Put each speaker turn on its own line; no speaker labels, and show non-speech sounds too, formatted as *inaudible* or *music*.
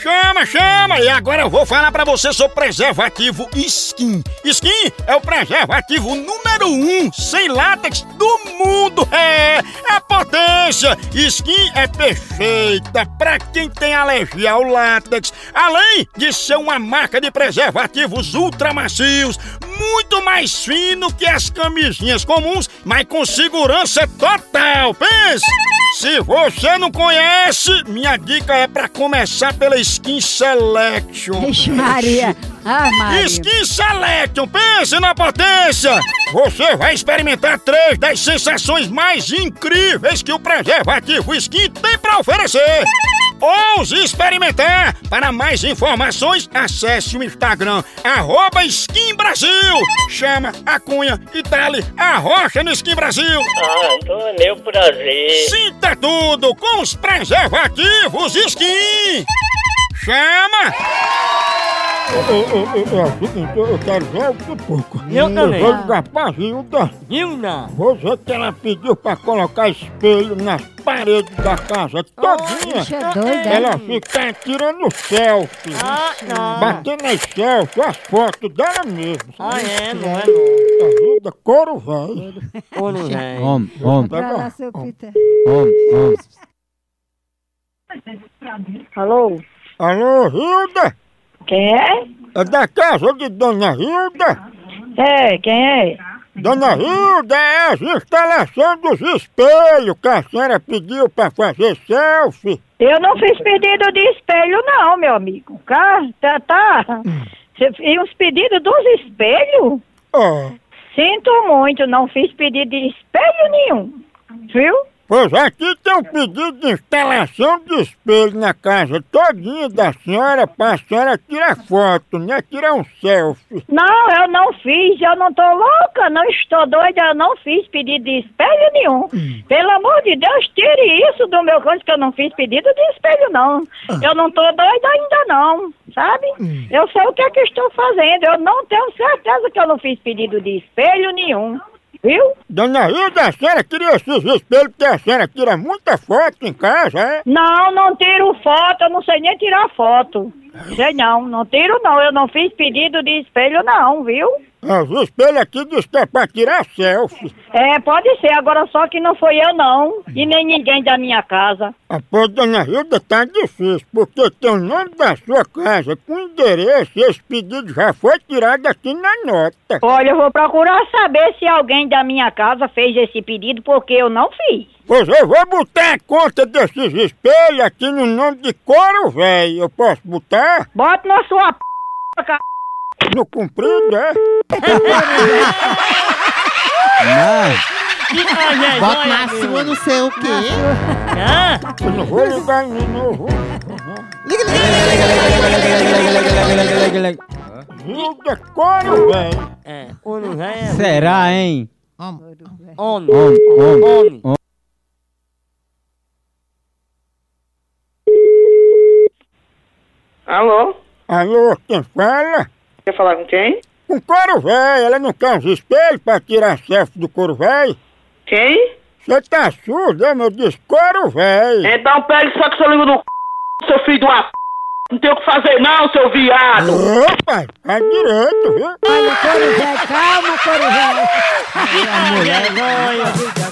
Chama, chama! E agora eu vou falar pra você sobre preservativo Skin. Skin é o preservativo número um sem látex do mundo. É, é potência. Skin é perfeita pra quem tem alergia ao látex. Além de ser uma marca de preservativos ultramacios, muito mais fino que as camisinhas comuns, mas com segurança total. Pense! Se você não conhece, minha dica é pra começar pela Skin Selection.
Ixi, Maria! Ah, Maria!
Skin Selection, pense na potência! Você vai experimentar três das sensações mais incríveis que o preservativo Skin tem pra oferecer. Ouse experimentar! Para mais informações, acesse o Instagram, arroba Skin Brasil. Chama, acunha e tele a rocha no Skin Brasil.
Ah, do meu prazer.
Sinta tudo com os preservativos Skin. Chama! Eu quero ver um pouco.
Eu também.
vou ligar pra Hilda.
Hilda!
Você que ela pediu pra colocar espelho nas paredes da casa todinha.
Bicho é doida, hein?
Ela fica tirando selfie,
Ah, não!
batendo as selfies, as fotos dela mesmo.
Ah, é, não é não.
Puta vida, couro velho.
Ô, não é.
Homem, homem,
Tá
Pra lá, seu Peter.
homem, homem.
Alô?
Alô, Hilda?
Quem é?
É da casa de Dona Hilda?
É, quem é?
Dona Hilda, é as instalações dos espelhos que a senhora pediu pra fazer selfie.
Eu não fiz pedido de espelho, não, meu amigo. Cá, Tá, tá. Você fez uns pedidos dos espelhos?
Ó,
Sinto muito, não fiz pedido de espelho nenhum. Viu?
pois aqui tem um pedido de instalação de espelho na casa todinha da senhora pra senhora tirar foto, né? Tirar um selfie.
Não, eu não fiz, eu não tô louca, não estou doida, eu não fiz pedido de espelho nenhum. Pelo amor de Deus, tire isso do meu canto, que eu não fiz pedido de espelho, não. Eu não tô doida ainda, não, sabe? Eu sei o que é que estou fazendo, eu não tenho certeza que eu não fiz pedido de espelho nenhum, viu?
Dona Hilda, a senhora queria esses espelhos porque a senhora tira muita foto em casa, é?
Não, não tiro foto, eu não sei nem tirar foto. Sei não, não tiro não, eu não fiz pedido de espelho, não, viu?
Os espelhos aqui diz que é pra tirar selfie.
É, pode ser, agora só que não foi eu não, e nem ninguém da minha casa.
A pô, dona Hilda tá difícil, porque tem o nome da sua casa com endereço e esse pedido já foi tirado aqui na nota.
Olha, eu vou procurar saber se alguém da minha casa fez esse pedido, porque eu não fiz.
Pois eu vou botar a conta desses espelhos aqui no nome de couro, velho. Eu posso botar?
Bota na sua p... ca-
No comprido, é?
Não,
Bota na sua, não sei o quê. Ah, *laughs*
Eu não vou ligar no novo. Hilda, couro, velho.
é. Ô, não é.
será, hein?
Homem.
Homem, homem.
Homem.
Alô?
Alô, quem fala?
Quer falar com quem?
Com couro, velho. Ela não quer uns espelhos pra tirar selfie do couro, velho?
Quem?
Você tá surdo, hein? Eu disse couro, velho.
Então pegue só que seu língua do c... seu filho de uma p... Não tem o que fazer não, seu viado!
Opa, tá direito, viu?
Olha, Coruja, calma, Coruja.
Mulher,